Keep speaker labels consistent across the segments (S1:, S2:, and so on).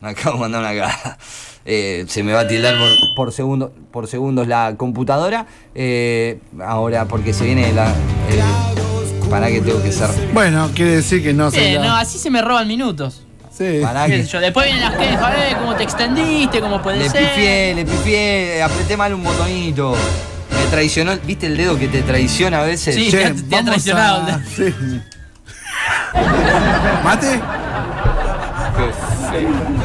S1: Me acabo de mandar una cagada. Eh, se me va a tildar por, por, segundo, por segundos la computadora. Eh, ahora, porque se viene la. Eh, para que tengo que ser.
S2: Bueno, quiere decir que no
S3: se. no, así se me roban minutos.
S2: Sí.
S1: Pará Ah, que-
S3: Yo, después vienen las quejas, ¿eh? ¿Cómo te extendiste? ¿Cómo puede
S1: Le
S3: ser?
S1: pifié, le pifié, apreté mal un botonito. Me traicionó. ¿Viste el dedo que te traiciona a veces?
S3: Sí.
S2: Che,
S3: te han- te han
S2: vamos
S3: traicionado.
S2: a- Sí. ¿Mate?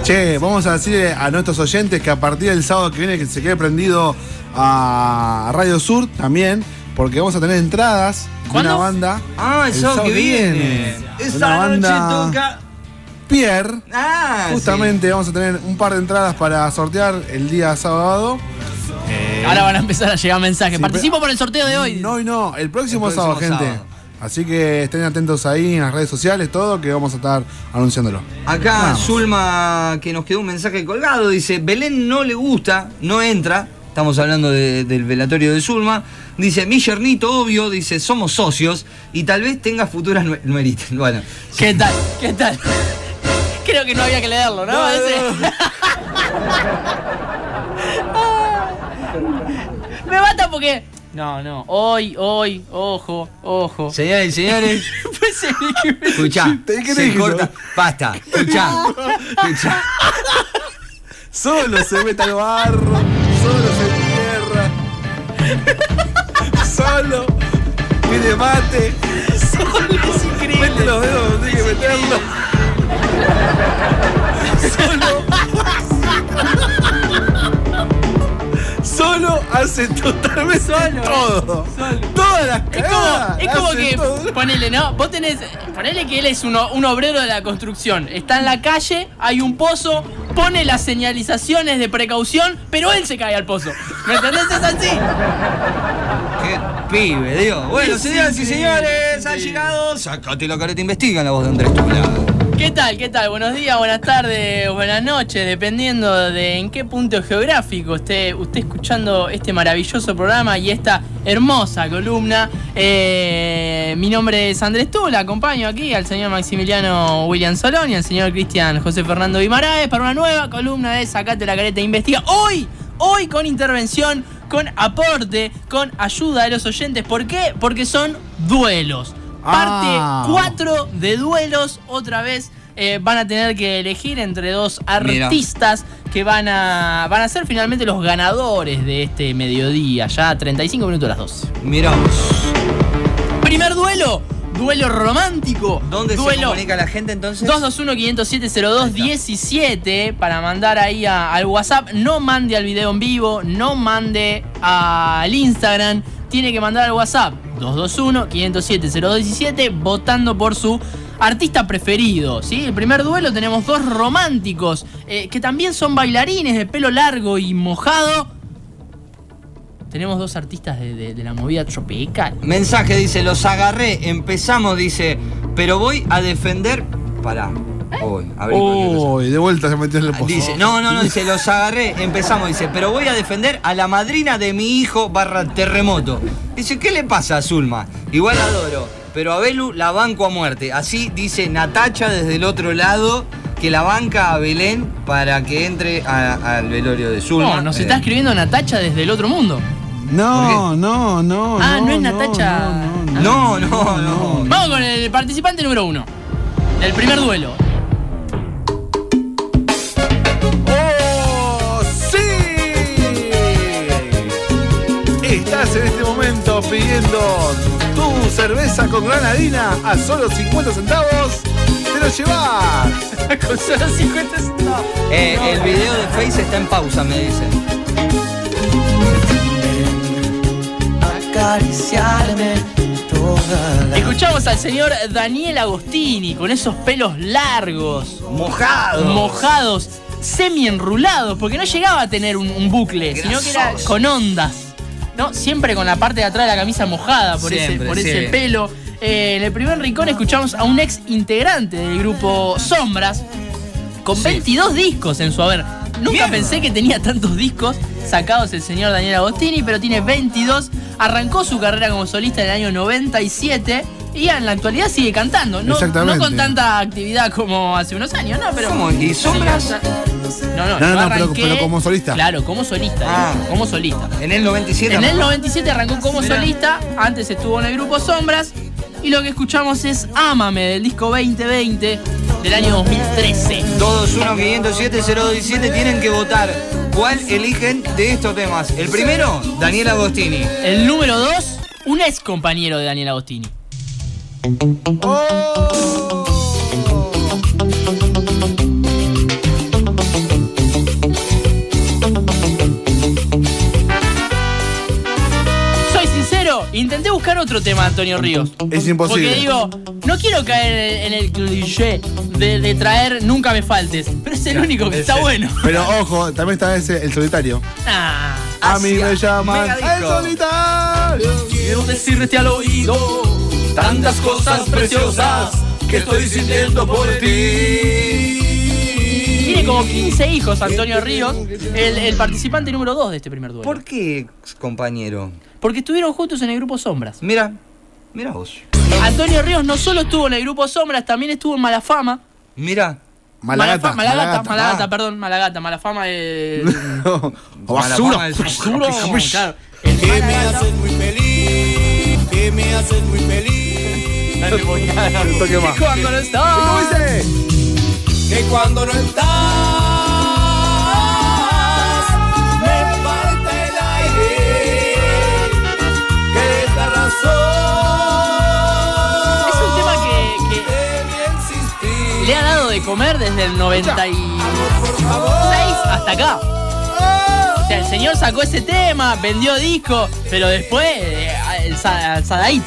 S2: Che, vamos a decir a nuestros oyentes que a partir del sábado que viene que se quede prendido a Radio Sur también, porque vamos a tener entradas de una
S3: ¿Cuándo?
S2: banda.
S1: Ah, el, sábado que viene.
S2: una banda Pierre.
S1: Ah, sí.
S2: Justamente vamos a tener un par de entradas para sortear el día sábado.
S3: Ahora van a empezar a llegar mensajes.
S2: Sí,
S3: Participo por el sorteo de hoy.
S2: No, no, el próximo,
S1: El próximo
S2: sábado, gente.
S1: sábado.
S2: Así que estén atentos ahí en las redes sociales, todo, que vamos a estar anunciándolo.
S1: Acá Zulma, que nos quedó un mensaje colgado, dice, Belén no le gusta, no entra. Estamos hablando de- del velatorio de Zulma. Dice, mi yernito, obvio, dice, somos socios y tal vez tenga futuras nue- nueritas. Bueno.
S3: ¿Qué tal? ¿Qué tal? Creo que no había que leerlo, ¿no? Ese- Me mata porque. No, no. Hoy, hoy, ojo, ojo.
S1: Señores y señores,
S3: Pues el que-
S1: escuchá,
S2: ¿Qué te
S1: se
S2: dijo?
S1: corta, basta, escuchá, escuchá.
S2: Solo se mete al barro, solo se entierra. Solo pide mate,
S3: es increíble.
S2: mete los dedos donde hay que meterlo. Solo. Solo hace totalmente
S3: Solo,
S2: todo.
S3: solo.
S2: Todas las
S3: Es como,
S2: cagadas.
S3: es como
S2: hace
S3: que,
S2: Ah, todo.
S3: ponele, ¿no? Vos tenés, ponele que él es uno- un obrero de la construcción. Está en la calle, hay un pozo, pone las señalizaciones de precaución, pero él se cae al pozo. ¿Me entendés? Es así.
S1: Qué pibe, Dios. Bueno,
S3: Es
S1: señoras y señores, han llegado. Sácate la careta, investiga la voz de Andrés Tula.
S3: ¿Qué tal? ¿Qué tal? Buenos días, buenas tardes, o buenas noches, dependiendo de en qué punto geográfico esté usted escuchando este maravilloso programa y esta hermosa columna. Eh, mi nombre es Andrés Tula, acompaño aquí al señor Maximiliano William Solón y al señor Cristian José Fernando Guimaraes para una nueva columna de Sacate la careta e investiga. Hoy, hoy con intervención, con aporte, con ayuda de los oyentes. ¿Por qué? Porque son duelos. Parte
S2: Ah.
S3: 4 cuatro de duelos otra vez. eh, van a tener que elegir entre dos
S1: Mira.
S3: artistas que van a, van a ser finalmente los ganadores de este mediodía, ya 35 minutos a las 12.
S1: Miramos.
S3: Primer duelo, duelo romántico.
S1: ¿Dónde se
S3: duelo
S1: comunica la gente entonces?
S3: 221-507-0217 para mandar ahí a- al WhatsApp. No mande al video en vivo, no mande al Instagram. Tiene que mandar al WhatsApp 221-507-0217 votando por su artista preferido. ¿sí? El primer duelo tenemos dos románticos eh, que también son bailarines de pelo largo y mojado. Tenemos dos artistas de, de- de la movida tropical.
S1: Mensaje dice, los agarré, empezamos, dice, pero voy a defender. Pará. Voy, abrí cualquier
S3: Oh.
S1: cosa.
S2: Uy, de vuelta se metió en
S3: Ah,
S2: el pozo.
S1: Dice, no, no, no, dice, los agarré, empezamos, dice, pero voy a defender a la madrina de mi hijo barra terremoto. Dice, ¿qué le pasa a Zulma? Igual la adoro, pero a Belu la banco a muerte. Así dice Natacha desde el otro lado, que la banca a Belén para que entre a- al velorio de Zulma.
S3: No, nos
S1: Eh,
S3: está escribiendo Natacha desde el otro mundo.
S2: No, no, no.
S3: Ah, no es Natacha.
S1: No,
S2: no, no, no.
S1: no, no.
S3: Vamos con el participante número uno del primer duelo.
S2: ¡Oh, sí! Estás en este momento pidiendo tu cerveza con granadina a solo 50 centavos. ¡Te lo llevas!
S3: con solo 50 centavos.
S1: Eh, el video de Face está en pausa, me dicen.
S4: acariciarme toda la
S3: Escuchamos al señor Daniel Agostini con esos pelos largos,
S1: Mojado.
S3: mojados, semi-enrulados, porque no llegaba a tener un, un bucle, sino que era
S1: Grasosos.
S3: con ondas. ¿no? Siempre con la parte de atrás de la camisa mojada por, ese,
S1: Siempre,
S3: por ese
S1: sí.
S3: pelo. Eh, en el primer rincón escuchamos a un ex integrante del grupo Sombras, con 22 discos en su haber. Nunca
S1: Mierda.
S3: pensé que tenía tantos discos sacados el señor Daniel Agostini, pero tiene 22. Arrancó su carrera como solista en el año 97 Ella en la actualidad sigue cantando, no,
S2: Exactamente.
S3: no con tanta actividad como hace unos años, ¿no? Pero
S1: ¿Cómo? ¿Y sombras?
S3: No,
S2: No,
S3: no, yo
S2: no, pero-
S3: arranqué-
S2: pero como solista.
S3: Claro, como solista.
S1: Ah.
S3: digo, Como solista.
S1: En el 97.
S3: En el
S1: arrancó.
S3: 97 arrancó como solista, antes estuvo en el grupo Sombras y lo que escuchamos es Ámame del disco 2020 del año 2013.
S1: Todos 1 507 017 tienen que votar. ¿Cuál eligen de estos temas? El primero, Daniel Agostini.
S3: El número 2, un ex compañero de Daniel Agostini. Soy sincero, intenté buscar otro tema, Antonio Ríos.
S2: Es imposible.
S3: Porque digo, no quiero caer en el cliché de, de traer Nunca me faltes, pero es el único que está bueno.
S2: Pero ojo, también está ese, el solitario.
S3: Ah.
S2: A mí
S1: Hacia
S2: me llaman
S1: Megadisco.
S2: el solitario.
S5: Quiero decirte al oído tantas cosas preciosas que estoy sintiendo por ti.
S3: Tiene como 15 hijos Antonio Ríos, el, el participante número 2 de este primer duelo.
S1: ¿Por qué, compañero?
S3: Porque estuvieron juntos en el grupo Sombras.
S1: Mira, mira vos.
S3: Antonio Ríos no solo estuvo en el grupo Sombras, también estuvo en Malafama.
S1: Mira.
S2: Malagata.
S3: Malafa- Malagata,
S2: Malagata.
S3: Malagata,
S1: ah.
S3: perdón, Malagata, Malafama eh,
S2: O basura.
S3: Basuro, claro.
S5: Que me haces muy feliz, que me haces muy feliz.
S2: Un toque más.
S3: Cuando no
S2: ¿Cómo
S3: está.
S2: dice?
S5: Que cuando no estás, me falta el aire. Que es la razón.
S3: Es un tema que, que
S5: de mi existir.
S3: le ha dado de comer desde el 96 hasta acá. O sea, el señor sacó ese tema, vendió disco, pero después eh, al Sa- al Sadait.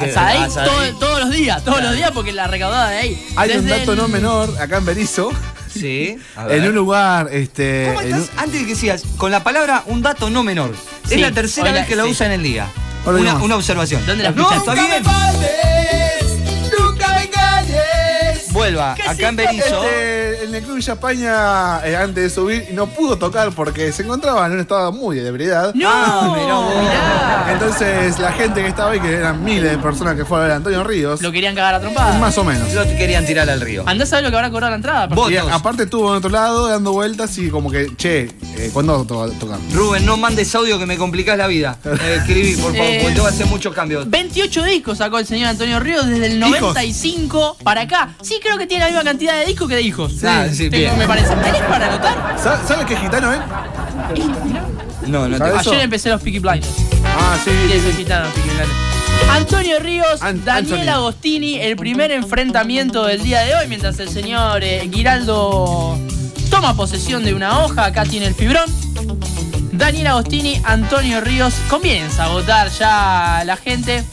S3: Al
S1: Eh,
S3: Sadait
S1: al Sadait.
S3: todo- todos los días, todos los días porque la recaudada de ahí.
S2: Hay un
S3: Desde
S2: dato
S3: el-
S2: no menor acá en Berizo.
S1: Sí. a ver.
S2: En un lugar, este.
S1: ¿Cómo
S2: en
S1: estás?
S2: un-
S1: Antes de que sigas, con la palabra un dato no menor.
S3: Sí,
S1: es la tercera
S3: hola,
S1: vez que la
S3: sí.
S1: usa en el día.
S2: Hola,
S1: Una,
S2: Dios.
S1: una observación.
S3: ¿Dónde la
S1: no,
S3: escuchaste?
S1: está
S5: Nunca me
S1: bien.
S5: faltes, nunca me engañes.
S1: Vuelva,
S3: ¿Qué
S1: acá en
S3: significa
S1: Berizo.
S2: Este, en el club Chapaña, eh, antes de subir, no pudo tocar porque se encontraba en un estado muy de ebriedad.
S3: ¡No!
S1: Ah, mirá vos.
S3: Mirá.
S2: Entonces, la gente que estaba ahí, que eran miles de personas que fueron a ver a Antonio Ríos,
S3: Lo querían cagar a trompadas.
S2: más o menos.
S1: Lo querían tirar al río.
S3: Andá a saber lo que habrá cobrado la entrada.
S1: Vos-
S2: Y
S1: Votos.
S2: aparte estuvo en otro lado dando vueltas y como que, che, eh, ¿cuándo to- tocan?
S1: Rubén, no mandes audio que me complicás la vida. Eh, escribí, por favor,
S3: Eh.
S1: porque te voy a hacer muchos cambios.
S3: 28 discos sacó el señor Antonio Ríos desde el
S2: ¿Hijos?
S3: 95 para acá. Sí, creo que tiene la misma cantidad de discos que de hijos.
S1: Ah, sí,
S3: Tengo-
S1: bien.
S3: Me parece. ¿Tenés para anotar?
S2: Sa- ¿Sabes qué gitano, eh?
S1: No, no te
S2: ¿Sabes? Eso.
S3: Ayer empecé los Peaky Blinders.
S2: Ah,
S3: Sí,
S2: sí.
S3: soy gitano, Peaky Blinders. Antonio Ríos,
S2: An-
S3: Daniel
S2: Anthony.
S3: Agostini, el primer enfrentamiento del día de hoy, mientras el señor eh, Giraldo toma posesión de una hoja, acá tiene el fibrón. Daniel Agostini, Antonio Ríos, comienza a votar ya la gente.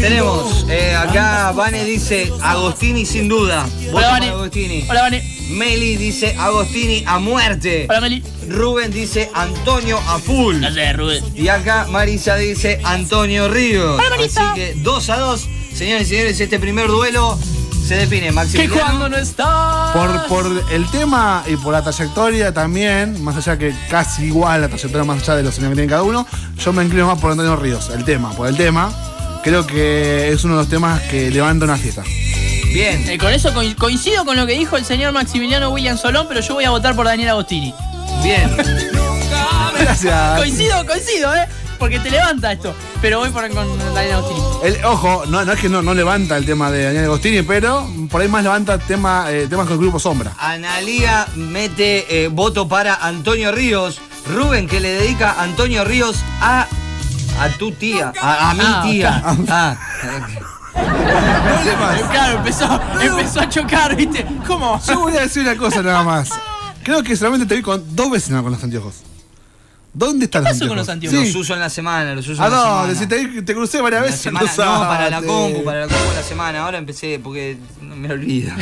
S1: Tenemos, eh, acá Vane dice Agostini sin duda. Voto
S3: Hola,
S1: para
S3: Vane.
S1: Agostini.
S3: Hola, Vane.
S1: Meli dice Agostini a muerte.
S3: Hola, Meli.
S1: Rubén dice Antonio a full.
S3: sé, Rubén.
S1: Y acá Marisa dice Antonio Ríos.
S3: Hola, Marisa.
S1: Así que 2 a 2. Señores y señores, este primer duelo se define.
S3: Que
S1: Maximiliano.
S3: cuando no está.
S1: Ah.
S2: Por, por el tema y por la trayectoria también, más allá que casi igual la trayectoria más allá de los años que tiene cada uno, yo me inclino más por Antonio Ríos, el tema, por el tema. Creo que es uno de los temas que levanta una fiesta.
S1: Bien.
S3: Eh, con eso co- coincido con lo que dijo el señor Maximiliano William Solón, pero yo voy a votar por Daniel Agostini.
S1: Bien.
S2: Gracias.
S3: Coincido, coincido, ¿eh? Porque te levanta esto. Pero voy por, con Daniel Agostini.
S2: El- ojo, no, no es que no, no levanta el tema de Daniel Agostini, pero por ahí más levanta tema, eh, temas con el grupo Sombra.
S1: Analía mete eh, voto para Antonio Ríos. Rubén que le dedica a Antonio Ríos a, a tu tía, a, a mi
S3: Ah,
S1: tía. Ah,
S3: Eh, Claro, empezó, empezó a chocar, ¿viste? ¿Cómo?
S2: Yo voy a decir una cosa nada más. Creo que solamente te vi con dos veces nada con los anteojos. ¿Dónde están los
S3: pasó
S2: anteojos?
S3: con los
S1: eh,
S3: anteojos?
S1: Los
S2: Sí.
S1: uso en la semana, los uso
S3: Ah,
S2: ¿A
S1: en la semana.
S2: dónde? Si te, te crucé varias
S1: En la
S2: veces.
S1: semana,
S2: los
S1: no, para la
S2: usaste.
S1: compu, para la compu de la semana. Ahora empecé porque no me olvido.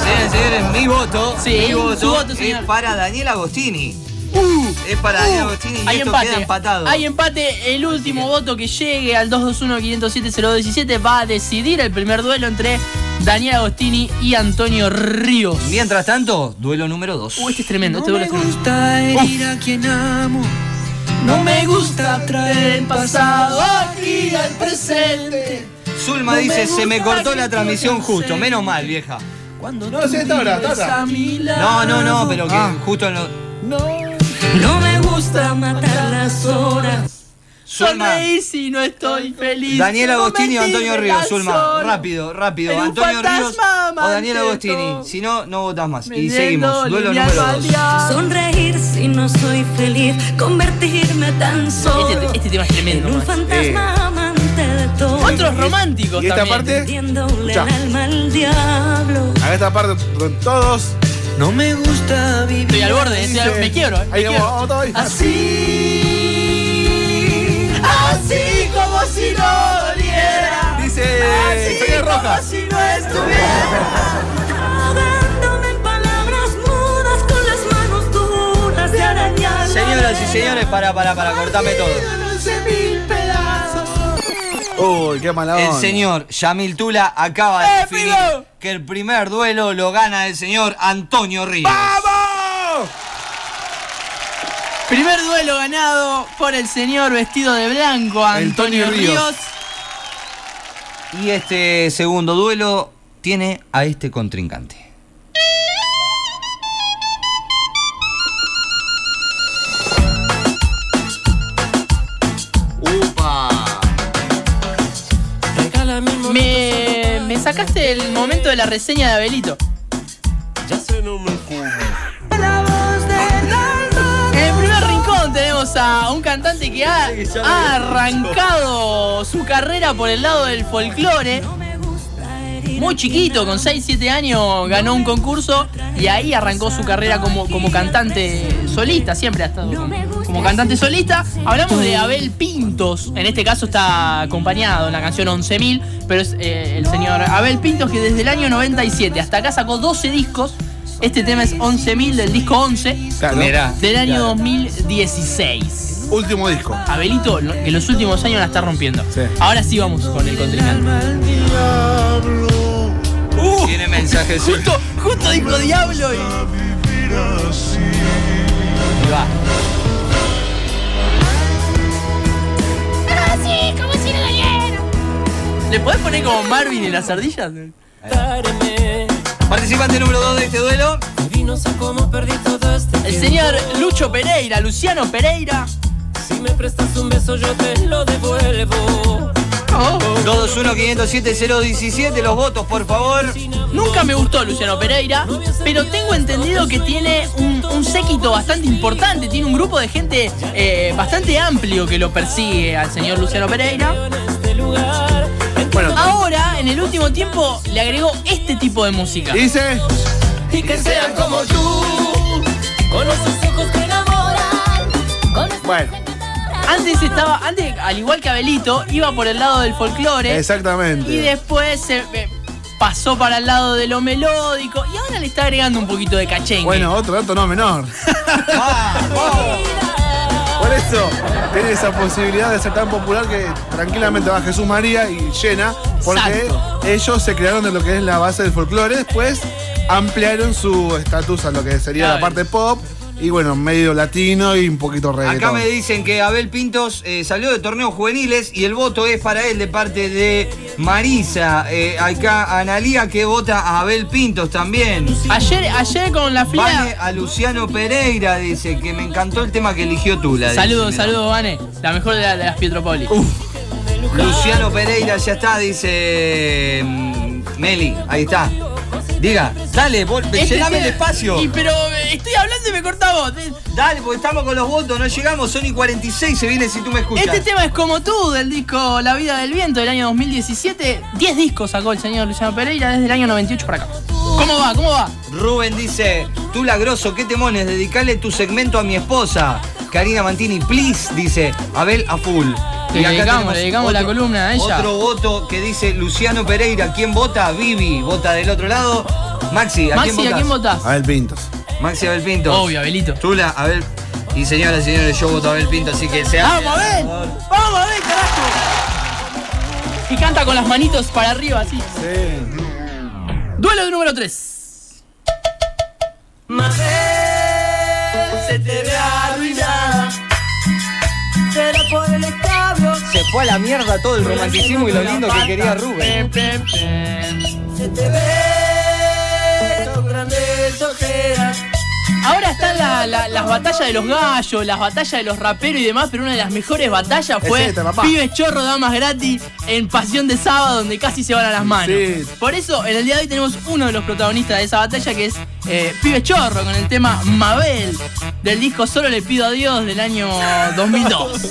S1: Señores, señores, mi voto,
S3: Sí,
S1: mi
S3: su
S1: voto,
S3: voto,
S1: es
S3: señor. Uh,
S1: para Daniel Agostini. es para Daniel Agostini y
S3: Hay
S1: esto
S3: empate.
S1: queda empatado.
S3: Hay empate. El último voto que llegue al 221-507-0217 va a decidir el primer duelo entre Daniel Agostini y Antonio Ríos.
S1: Mientras tanto, duelo número 2.
S3: Uh, este es tremendo, este duelo es tremendo.
S4: gusta herir a quien amo,
S3: No me gusta traer el pasado Ah. aquí al presente.
S1: Zulma
S3: No
S1: dice,
S3: me
S1: se me
S3: gusta
S1: cortó
S3: que
S1: la transmisión
S3: piensen".
S1: justo. Menos mal, vieja.
S3: Cuando
S2: No,
S3: tú
S2: sí, está ahora, está
S3: vives
S2: ahora.
S3: a mi
S1: No, no, no,
S3: lado.
S1: pero que
S2: Ah.
S1: justo en lo...
S3: No me gusta matar las horas.
S1: Zulma,
S3: Sonreí si no estoy feliz.
S1: Daniel
S3: No
S1: Agostini o
S3: mentirme
S1: Antonio Ríos,
S3: tan
S1: Zulma.
S3: solo.
S1: Rápido, rápido.
S3: Era un
S1: Antonio Ríos
S3: fantasma
S1: o Daniel
S3: amante,
S1: Agostini.
S3: no.
S1: Si no, no votás más. Y
S3: Vendiendo
S1: seguimos. Duelo
S3: mi
S1: número
S3: alma al
S1: 2.
S3: diablo.
S6: Sonreír si no soy feliz, convertirme tan solo
S3: Este, este tema es tremendo.
S6: en un
S3: man.
S6: fantasma amante de todo.
S3: Otros románticos
S2: Y esta
S3: también.
S2: parte,
S6: Vendiéndole el
S2: Escuchá.
S6: alma al diablo.
S2: a esta parte, con todos.
S4: No me gusta vivir.
S3: Estoy al borde, estoy al-
S2: dice-
S3: me quiebro. eh, me
S2: Ahí
S3: quiebro.
S2: vamos, vamos, vamos.
S3: Así, así como si no doliera. Ah,
S2: Dice. Feria Roja.
S3: si no estuviera.
S6: Ahogándome en palabras mudas con las manos duras de arañar. la
S1: Señoras y
S6: arena.
S1: señores, para, para, para, cortame todo.
S3: Ah.
S2: Uy, qué mala
S1: El
S2: onda.
S1: señor Yamil Tula acaba de
S3: ¡Eh,
S1: definir
S3: pibe!
S1: que el primer duelo lo gana el señor Antonio Ríos.
S2: ¡Vamos!
S3: Primer duelo ganado por el señor vestido de blanco,
S2: El
S3: Antonio
S2: Tony Ríos.
S3: Ríos.
S1: Y este segundo duelo tiene a este contrincante.
S4: Regálame un momento
S3: Me, me sacaste el momento de la reseña de Abelito. En el primer rincón tenemos a un cantante que ha, ha arrancado su carrera por el lado del folclore.
S6: No me gusta herir
S3: Muy
S6: a
S3: chiquito, con 6, 7 años, ganó un concurso y ahí arrancó su carrera como, como cantante solista, siempre ha estado como, como cantante solista. Hablamos de Abel Pintos, en este caso está acompañado en la canción 11.000, pero es eh, el señor Abel Pintos que desde el año 97 hasta acá sacó 12 discos. Este tema es 11.000 del disco 11
S2: Claro.
S1: Mirá.
S3: del año 2016.
S2: Último disco.
S3: Abelito, lo- que en los últimos años la está rompiendo.
S2: Sí.
S3: Ahora sí vamos con el contrincante.
S1: Tiene mensajes.
S3: Justo, justo dijo Diablo y.
S1: Ahí va.
S6: Así como si no doliera.
S3: ¿Le podés poner como Marvin en las ardillas?
S4: Páreme.
S1: Participante número 2 de este duelo.
S4: Y no sé cómo perdí todo este
S3: El
S4: tiempo.
S3: señor Lucho Pereira, Luciano Pereira.
S4: Si me prestas un beso, yo te lo devuelvo.
S1: Oh. 221-507-017. Los votos, por favor.
S3: Nunca me gustó Luciano Pereira, pero tengo entendido que tiene un, un séquito bastante importante, tiene un grupo de gente eh, bastante amplio que lo persigue al señor Luciano Pereira.
S2: Bueno,
S3: Ahora, en el último tiempo, le agregó este tipo de música.
S2: dice.
S4: Y que sean como tú. Con esos ojos que enamoran.
S2: Bueno,
S3: Antes estaba, antes, al igual que Abelito, iba por el lado del folclore. Y
S2: exactamente.
S3: después se eh, pasó para el lado de lo melódico. Y ahora le está agregando un poquito de cachengue.
S2: Bueno, otro dato no menor. Por eso tiene esa posibilidad de ser tan popular que tranquilamente va Jesús María y llena, porque
S3: Exacto.
S2: ellos se crearon de lo que es la base del folclore, después ampliaron su estatus a lo que sería
S3: Claro.
S2: la parte pop y bueno, medio latino y un poquito
S1: Acá
S2: reggaetón.
S1: me dicen que Abel Pintos eh, salió de torneos juveniles y el voto es para él de parte de Marisa. Eh, acá Analía que vota a Abel Pintos también.
S3: ayer, ayer con la flia.
S1: Vale a Luciano Pereira dice que me encantó el tema que eligió Tula. dice,
S3: Saludos,
S1: mirá.
S3: saludos, Vane. La mejor de, la- de las Pietropoli.
S1: Luciano Pereira ya está, dice mm, Meli, ahí está. Diga, dale, vol-
S3: Este
S1: llename el
S3: tema-
S1: espacio.
S3: Y pero eh, estoy hablando y me corta vos. Eh,
S1: Dale, porque estamos con los votos, no llegamos, son y 46, se viene si tú me escuchas.
S3: Este tema es como tú, del disco La vida del viento del año 2017. 10 discos sacó el señor Luciano Pereira desde el año 98 para acá. ¿Cómo va? ¿Cómo va?
S1: Rubén dice, Tula Grosso, qué temones, dedicale tu segmento a mi esposa. Karina Mantini, please, dice Abel a full.
S3: Le
S1: acá
S3: dedicamos,
S1: tenemos
S3: le dedicamos la columna a ella.
S1: Otro voto que dice Luciano Pereira. ¿Quién vota? Vivi. Vota del otro lado. Maxi, ¿a
S3: Maxi,
S1: quién
S3: ¿a
S1: votás?
S3: quién votás?
S2: A ver, Pintos.
S1: Maxi Abel Pinto.
S3: Obvio, Abelito.
S1: Tula, Abel. Y señoras y señores, yo voto a Abel Pinto, así que se hace-
S3: ¡Vamos, Abel! ¡Vamos, Abel, carajo! Y canta con las manitos para arriba, así. Duelo número 3.
S4: Mabel, se te ve arruinada.
S6: será por el establo.
S1: Se fue a la mierda todo el romanticismo y lo lindo que quería Rubén.
S3: Pem, pem, pem.
S6: Se te ve tus grandes ojeras.
S3: Ahora están la- la- las batallas de los gallos, las batallas de los raperos y demás, pero una de las mejores batallas
S2: Es
S3: fue
S2: esta, papá.
S3: Pibe Chorro Damas Gratis en Pasión de Sábado, donde casi se van a las manos.
S2: Sí.
S3: Por eso, en el día de hoy tenemos uno de los protagonistas de esa batalla, que es eh, Pibe Chorro, con el tema Mabel, del disco Solo le pido a Dios del año 2002.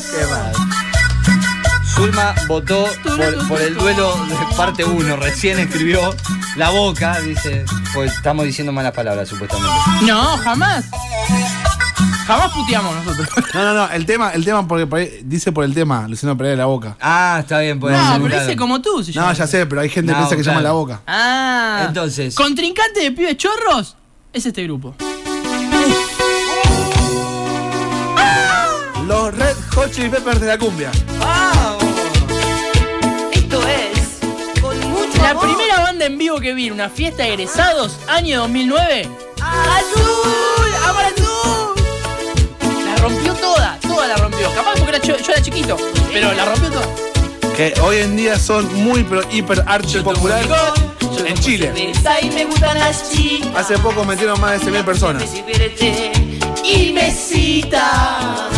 S1: Zulma votó por, por el duelo de parte 1. Recién escribió La Boca, dice. Pues estamos diciendo malas palabras, supuestamente.
S3: No, jamás. Jamás puteamos nosotros.
S2: No, no, no, el tema, el tema, porque por ahí- dice por el tema, Luciano Pereira de la boca.
S1: Ah, está bien, pues.
S3: No, pero
S1: claro.
S3: dice como tú. si
S2: No,
S3: yo-
S2: ya sé, pero hay gente que
S1: No,
S2: piensa que
S1: claro.
S2: llama la boca.
S3: Ah.
S1: Entonces.
S3: Contrincante de pibes chorros es este grupo.
S2: Los Red Hot Chili Peppers de la cumbia.
S4: Esto es con mucho
S3: La
S4: amor.
S3: primera banda en vivo que vi en una fiesta de egresados, año 2009. ¡Azul! ¡Amor azul! La rompió toda, toda la rompió. Capaz porque era cho- yo era chiquito, pero la rompió toda.
S2: Que hoy en día son muy, pero hiper archi populares en Chile.
S4: Besa y me gustan las chicas.
S2: Hace poco metieron más de 100.000
S4: Me
S2: personas.
S4: divierte y me cita.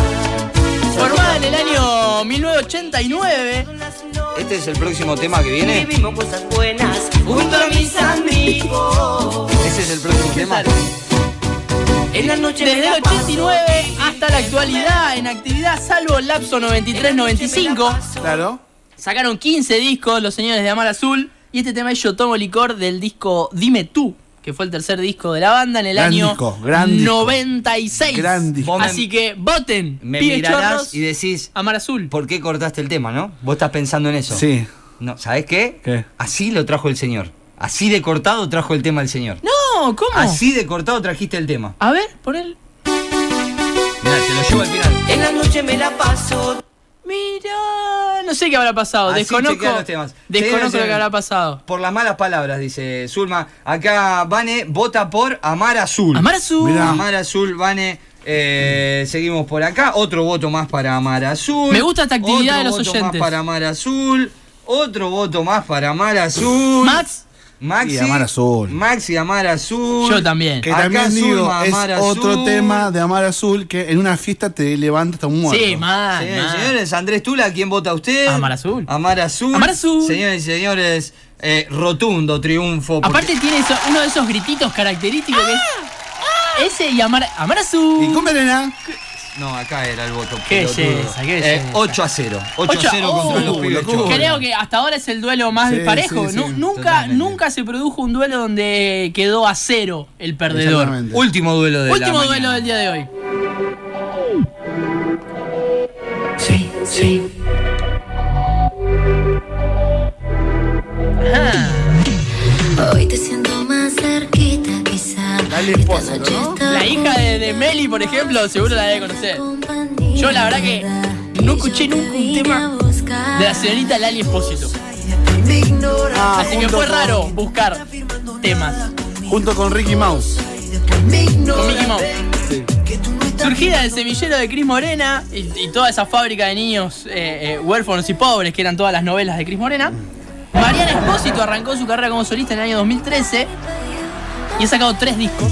S3: Formada en el año 1989.
S1: Este es el próximo tema que viene.
S4: Vivimos cosas buenas junto a mis amigos.
S1: Ese es el próximo tema.
S4: En la noche
S3: Desde
S4: me
S3: el
S4: la paso.
S3: 89 hasta la actualidad, en actividad, salvo el lapso 93-95.
S2: Claro.
S3: Sacaron 15 discos los señores de Amar Azul. Y este tema es Yo Tomo Licor del disco Dime Tú, que fue el tercer disco de la banda en el
S2: Gran
S3: año
S2: disco, gran disco.
S3: 96.
S2: Gran disco.
S3: Así que voten,
S1: Me
S3: pibes
S1: mirarás
S3: chorros,
S1: y decís,
S3: Amar Azul.
S1: ¿por qué cortaste el tema, no? Vos estás pensando en eso.
S2: Sí.
S1: No, ¿sabés qué?
S2: ¿Qué?
S1: Así lo trajo el señor. Así de cortado trajo el tema el señor.
S3: No, ¿cómo?
S1: Así de cortado trajiste el tema.
S3: A ver, pon el...
S1: Mirá, te lo llevo al final.
S4: En la noche me la paso.
S3: Mira, no sé qué habrá pasado.
S1: Así
S3: desconozco
S1: chequean los temas.
S3: desconozco
S1: Sí, sí,
S3: lo
S1: sí.
S3: que habrá pasado.
S1: Por las malas palabras, dice Zulma. Acá Vane vota por Amar Azul.
S3: Amar Azul.
S2: Mirá.
S1: Amar Azul, Vane. eh, seguimos por acá. Otro voto más para Amar Azul.
S3: Me gusta esta
S1: Otro
S3: actividad de los
S1: voto más
S3: oyentes.
S1: para Amar Azul. Otro voto más para Amar Azul.
S3: Max,
S1: Maxi.
S2: Y Amar Azul.
S1: Maxi Amar Azul.
S3: yo también.
S2: Que
S1: Acá
S2: también
S1: Zulma,
S2: digo, es
S1: Amar Azul.
S2: otro tema de Amar Azul que en una fiesta te levanta hasta un muerto.
S3: Sí, mal,
S1: Señores y
S3: mal.
S1: señores, Andrés Tula, ¿quién vota usted?
S3: Ah, Amar Azul.
S1: Amar Azul.
S3: Amar Azul.
S1: Señores y señores, eh, rotundo triunfo. porque- Ah,
S3: Aparte tiene eso- uno de esos grititos característicos que es... Ese y Amar, Amar Azul.
S2: Y con Verena,
S1: No, acá era el voto.
S3: Qué
S1: pelotudo.
S3: belleza, qué belleza.
S1: 8 a 0. 8,
S3: Ocho-
S1: a 0 contra
S3: oh,
S1: los pibes.
S2: locura.
S1: chorros.
S3: Creo que hasta ahora es el duelo más
S2: Sí, sí,
S3: parejo.
S2: sí,
S3: Nu- nunca,
S1: totalmente.
S3: nunca se produjo un duelo donde quedó a cero el perdedor.
S2: Exactamente.
S1: Último duelo de la
S3: Último
S1: mañana.
S3: duelo del día de hoy.
S4: Sí, sí.
S6: Hoy te siento más cerquita, quizá.
S2: Dale esposa, ¿no?
S3: La hija de, de Meli, por ejemplo, seguro la debe conocer. Yo la verdad que no escuché nunca un tema de la señorita Lali Espósito. Así que fue raro buscar temas
S2: junto con Ricky Mouse.
S3: con Mickey Mouse. Surgida del semillero de Cris Morena y, y toda esa fábrica de niños eh, eh, huérfanos y pobres que eran todas las novelas de Cris Morena, Mariana Espósito arrancó su carrera como solista en el año 2013 y ha sacado tres discos.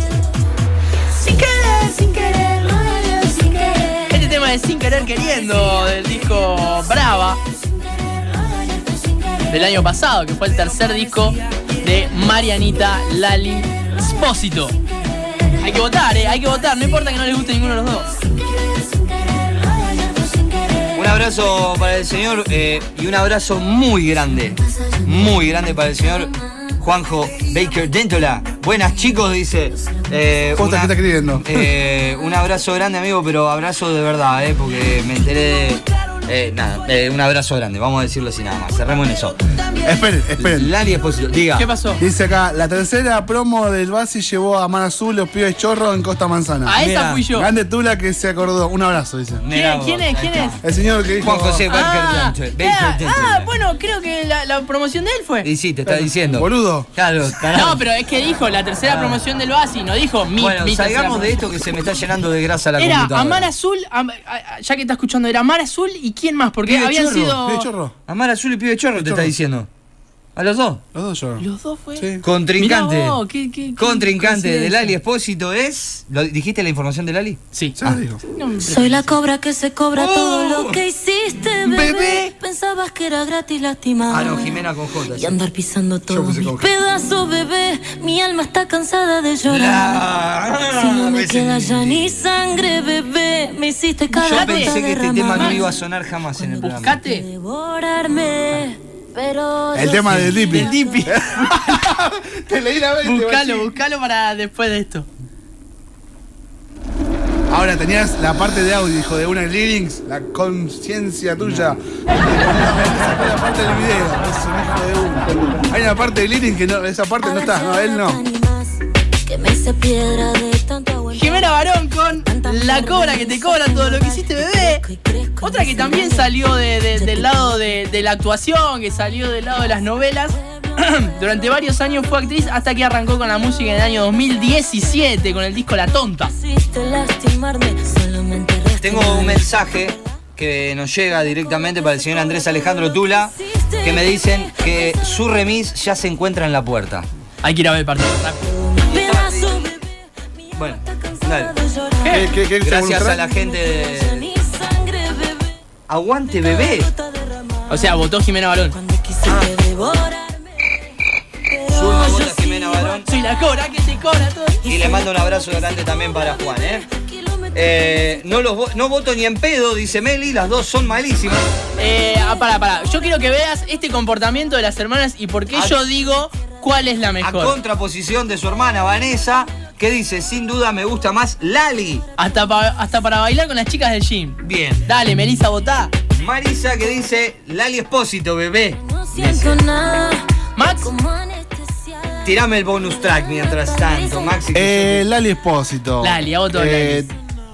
S6: Sin querer, sin querer, no sin querer.
S3: Este tema de Sin Querer Queriendo del disco Brava del año pasado, que fue el tercer disco de Marianita Lali Espósito. Hay que votar, eh, hay que votar, no importa que no les guste ninguno de los dos.
S1: Un abrazo para el señor eh, y un abrazo muy grande. Muy grande para el señor Juanjo Baker Dentola. Buenas chicos, dice. Eh,
S2: Posta,
S1: una-
S2: ¿qué está escribiendo?
S1: eh, un abrazo grande, amigo, pero abrazo de verdad, eh, porque me enteré Eh, nada, eh, un abrazo grande, vamos a decirlo así nada más. Cerremos en eso.
S2: Esperen, esperen.
S1: Lali Espósito, diga.
S3: ¿Qué pasó?
S2: Dice acá, la tercera promo del Basi llevó a Mar Azul los pibes chorros en Costa Manzana.
S3: A esa
S1: mira,
S3: fui yo.
S2: Grande Tula que se acordó. Un abrazo, dice.
S1: Mirá
S3: ¿Quién,
S1: vos,
S3: quién es?
S1: ahí
S3: ¿Quién
S1: está.
S3: es?
S2: El señor que dijo.
S1: Juan José Berger
S3: Ah,
S1: Blanchard,
S3: ah,
S1: Berger
S3: ah,
S1: Blanchard.
S3: bueno, creo que la, la promoción de él fue.
S1: Y sí, te está diciendo.
S2: Boludo.
S1: Claro, tarado.
S3: No, pero es que dijo la tercera promoción del Basi, no dijo mi,
S1: Ah. Bueno,
S3: mi tercera
S1: salgamos de esto
S3: promoción.
S1: que se me está llenando de grasa la
S3: Era
S1: computadora.
S3: Amar Azul, Am- a- a- ya que está escuchando, era Amar Azul y quién más, porque
S1: Pibe
S3: habían
S1: Chorro,
S3: sido.
S2: Pibe chorro.
S1: Amar Azul y Pibe Chorro te
S2: Chorro.
S1: está diciendo. A los dos.
S2: Los dos chorros.
S3: Los dos fue.
S2: Sí.
S1: Contrincante.
S3: Mirá vos, qué- qué- qué
S1: Contrincante
S3: coincidencia.
S1: del Ali Espósito es. ¿Lo- ¿Dijiste la información del Ali?
S3: Sí.
S2: Ya lo dijo.
S3: No me
S6: Soy la cobra que se cobra
S3: Oh.
S6: todo lo que hiciste, bebé.
S1: Bebé.
S6: Pensabas que era gratis lastimar.
S1: Ah, no, Jimena con J.
S6: Y andar pisando todo
S2: pensé
S6: mis
S2: con-
S6: pedazos, bebé. Mi alma está cansada de llorar.
S1: La-
S6: Si no me
S1: Ah, Ese-
S6: queda ya ni sangre, bebé, me hiciste cada
S1: Yo
S6: gota
S1: pensé que este tema
S6: derramar.
S1: no iba a sonar jamás en el programa.
S3: Buscate.
S6: Devorarme, pero
S2: El
S6: yo
S2: tema del Dipi.
S1: Ah, El Dipi.
S2: Te leí la vez.
S3: Buscalo, buscalo para después de esto.
S2: Ahora tenías la parte de audio, hijo de una de lyrics, la conciencia tuya. Sacó la parte del video, es un hijo de una. Hay una parte de lyrics que no, esa parte no está, no, él no.
S6: Que me hice piedra de tanto aguantar.
S3: Jimena Barón con La Cobra que te cobra todo lo que hiciste, bebé. Otra que también salió de- de- del lado de, de la actuación, que salió del lado de las novelas. Durante varios años fue actriz hasta que arrancó con la música en el año 2017 con el disco La Tonta.
S6: Hiciste lastimarme, solamente
S1: Tengo un mensaje que nos llega directamente para el señor Andrés Alejandro Tula, que me dicen que su remis ya se encuentra en la puerta.
S3: Hay que ir a ver el partido. rápido.
S6: Pedazo, bebé, mi alma
S1: Bueno,
S6: está cansada
S1: dale.
S6: de llorar.
S2: ¿Qué, qué, qué,
S1: Gracias
S2: según
S1: a la gente
S6: Ya
S1: de
S6: ni sangre, bebé,
S1: Aguante Bebé.
S6: gota derramada.
S3: O sea, votó Jimena Barón.
S6: Cuando quisiste devorarme, pero
S1: Zurda,
S6: yo
S1: Ah. bola, Jimena Barón.
S3: Soy la cobra que te cobra todo.
S1: Y le mando un abrazo grande también para Juan, ¿eh? Eh, no, los vo- no voto ni en pedo, dice Meli, las dos son malísimas.
S3: Eh, ah, para, para. Yo quiero que veas este comportamiento de las hermanas y por qué
S1: A-
S3: yo digo cuál es la
S1: A
S3: mejor.
S1: contraposición de su hermana Vanessa, que dice, sin duda me gusta más Lali.
S3: Hasta, pa- hasta para bailar con las chicas del gym.
S1: Bien.
S3: Dale, Melissa, votá.
S1: Marisa que dice, Lali Espósito, bebé.
S6: No siento nada.
S3: Max,
S6: Como anestesiada.
S1: Tirame el bonus track mientras tanto, Maxi. que
S2: Eh, Lali Espósito. Eh,
S3: Lali, a vos todo, Lali.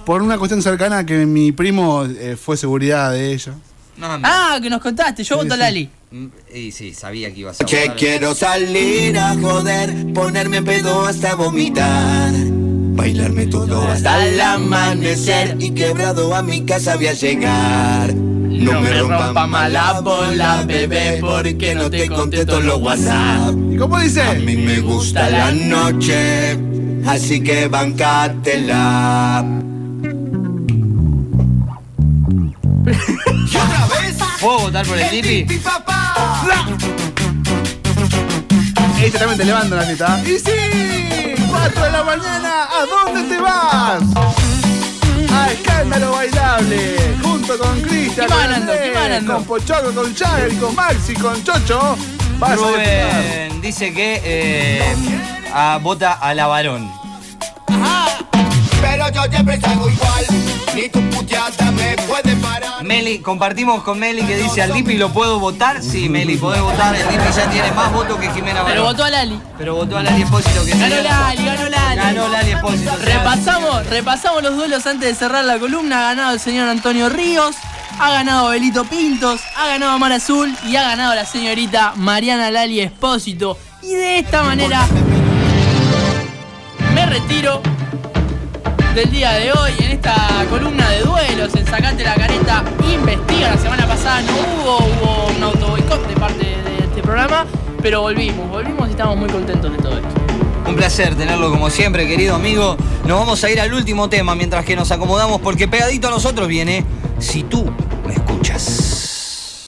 S2: Por una cuestión cercana que mi primo eh, fue seguridad de ella.
S1: yo- No, me-
S3: Ah, que nos contaste, yo voto a
S2: sí.
S3: Lali.
S1: Mm, Y sí, sabía que ibas a
S5: Que
S1: votar.
S5: quiero salir a joder, ponerme en pedo hasta vomitar, bailarme todo hasta el amanecer y quebrado a mi casa voy a llegar. No me rompa mala bola, bebé, porque no te contesto los WhatsApp.
S2: ¿Y cómo
S3: Ah,
S5: A
S2: dice?
S5: mí me gusta la noche, así que bancátela. Y otra vez,
S1: ¿Puedo votar por el Dipi?
S5: papá.
S2: Ella también te levanta la neta. ¡Y sí! ¡4 de la mañana! ¿A dónde te vas? A Escándalo Bailable. Junto con Cristian,
S3: ¿Qué va
S2: con
S3: ganando?
S2: Andrés,
S3: ¿Qué va ganando?
S2: con Pocholo, con Jagger, y con Maxi, con Chocho. Vas a disfrutar.
S1: Rubén dice que eh, a- vota a la varón.
S5: Pero yo siempre salgo igual, ni tu puteada me puede parar.
S1: Meli, compartimos con Meli que dice al Dipi lo puedo votar. Sí, Meli, podés votar. El Dipi ya tiene más votos que Jimena
S3: Pero
S1: Barón.
S3: votó a Lali.
S1: Pero votó a Lali Espósito que
S3: Ganó
S1: sí.
S3: Lali, ganó Lali.
S1: Ganó Lali Espósito.
S3: Repasamos, repasamos los duelos antes de cerrar la columna. Ha ganado el señor Antonio Ríos, ha ganado Belito Pintos, ha ganado Mar Azul y ha ganado la señorita Mariana Lali Espósito. Y de esta manera me retiro del día de hoy en esta columna de duelos en Sacate la Careta Investiga. La semana pasada no hubo, hubo un auto boicot de parte de este programa, pero volvimos, volvimos y estamos muy contentos de todo esto.
S1: Un placer tenerlo como siempre, querido amigo. Nos vamos a ir al último tema mientras que nos acomodamos porque pegadito a nosotros viene Si tú me escuchas.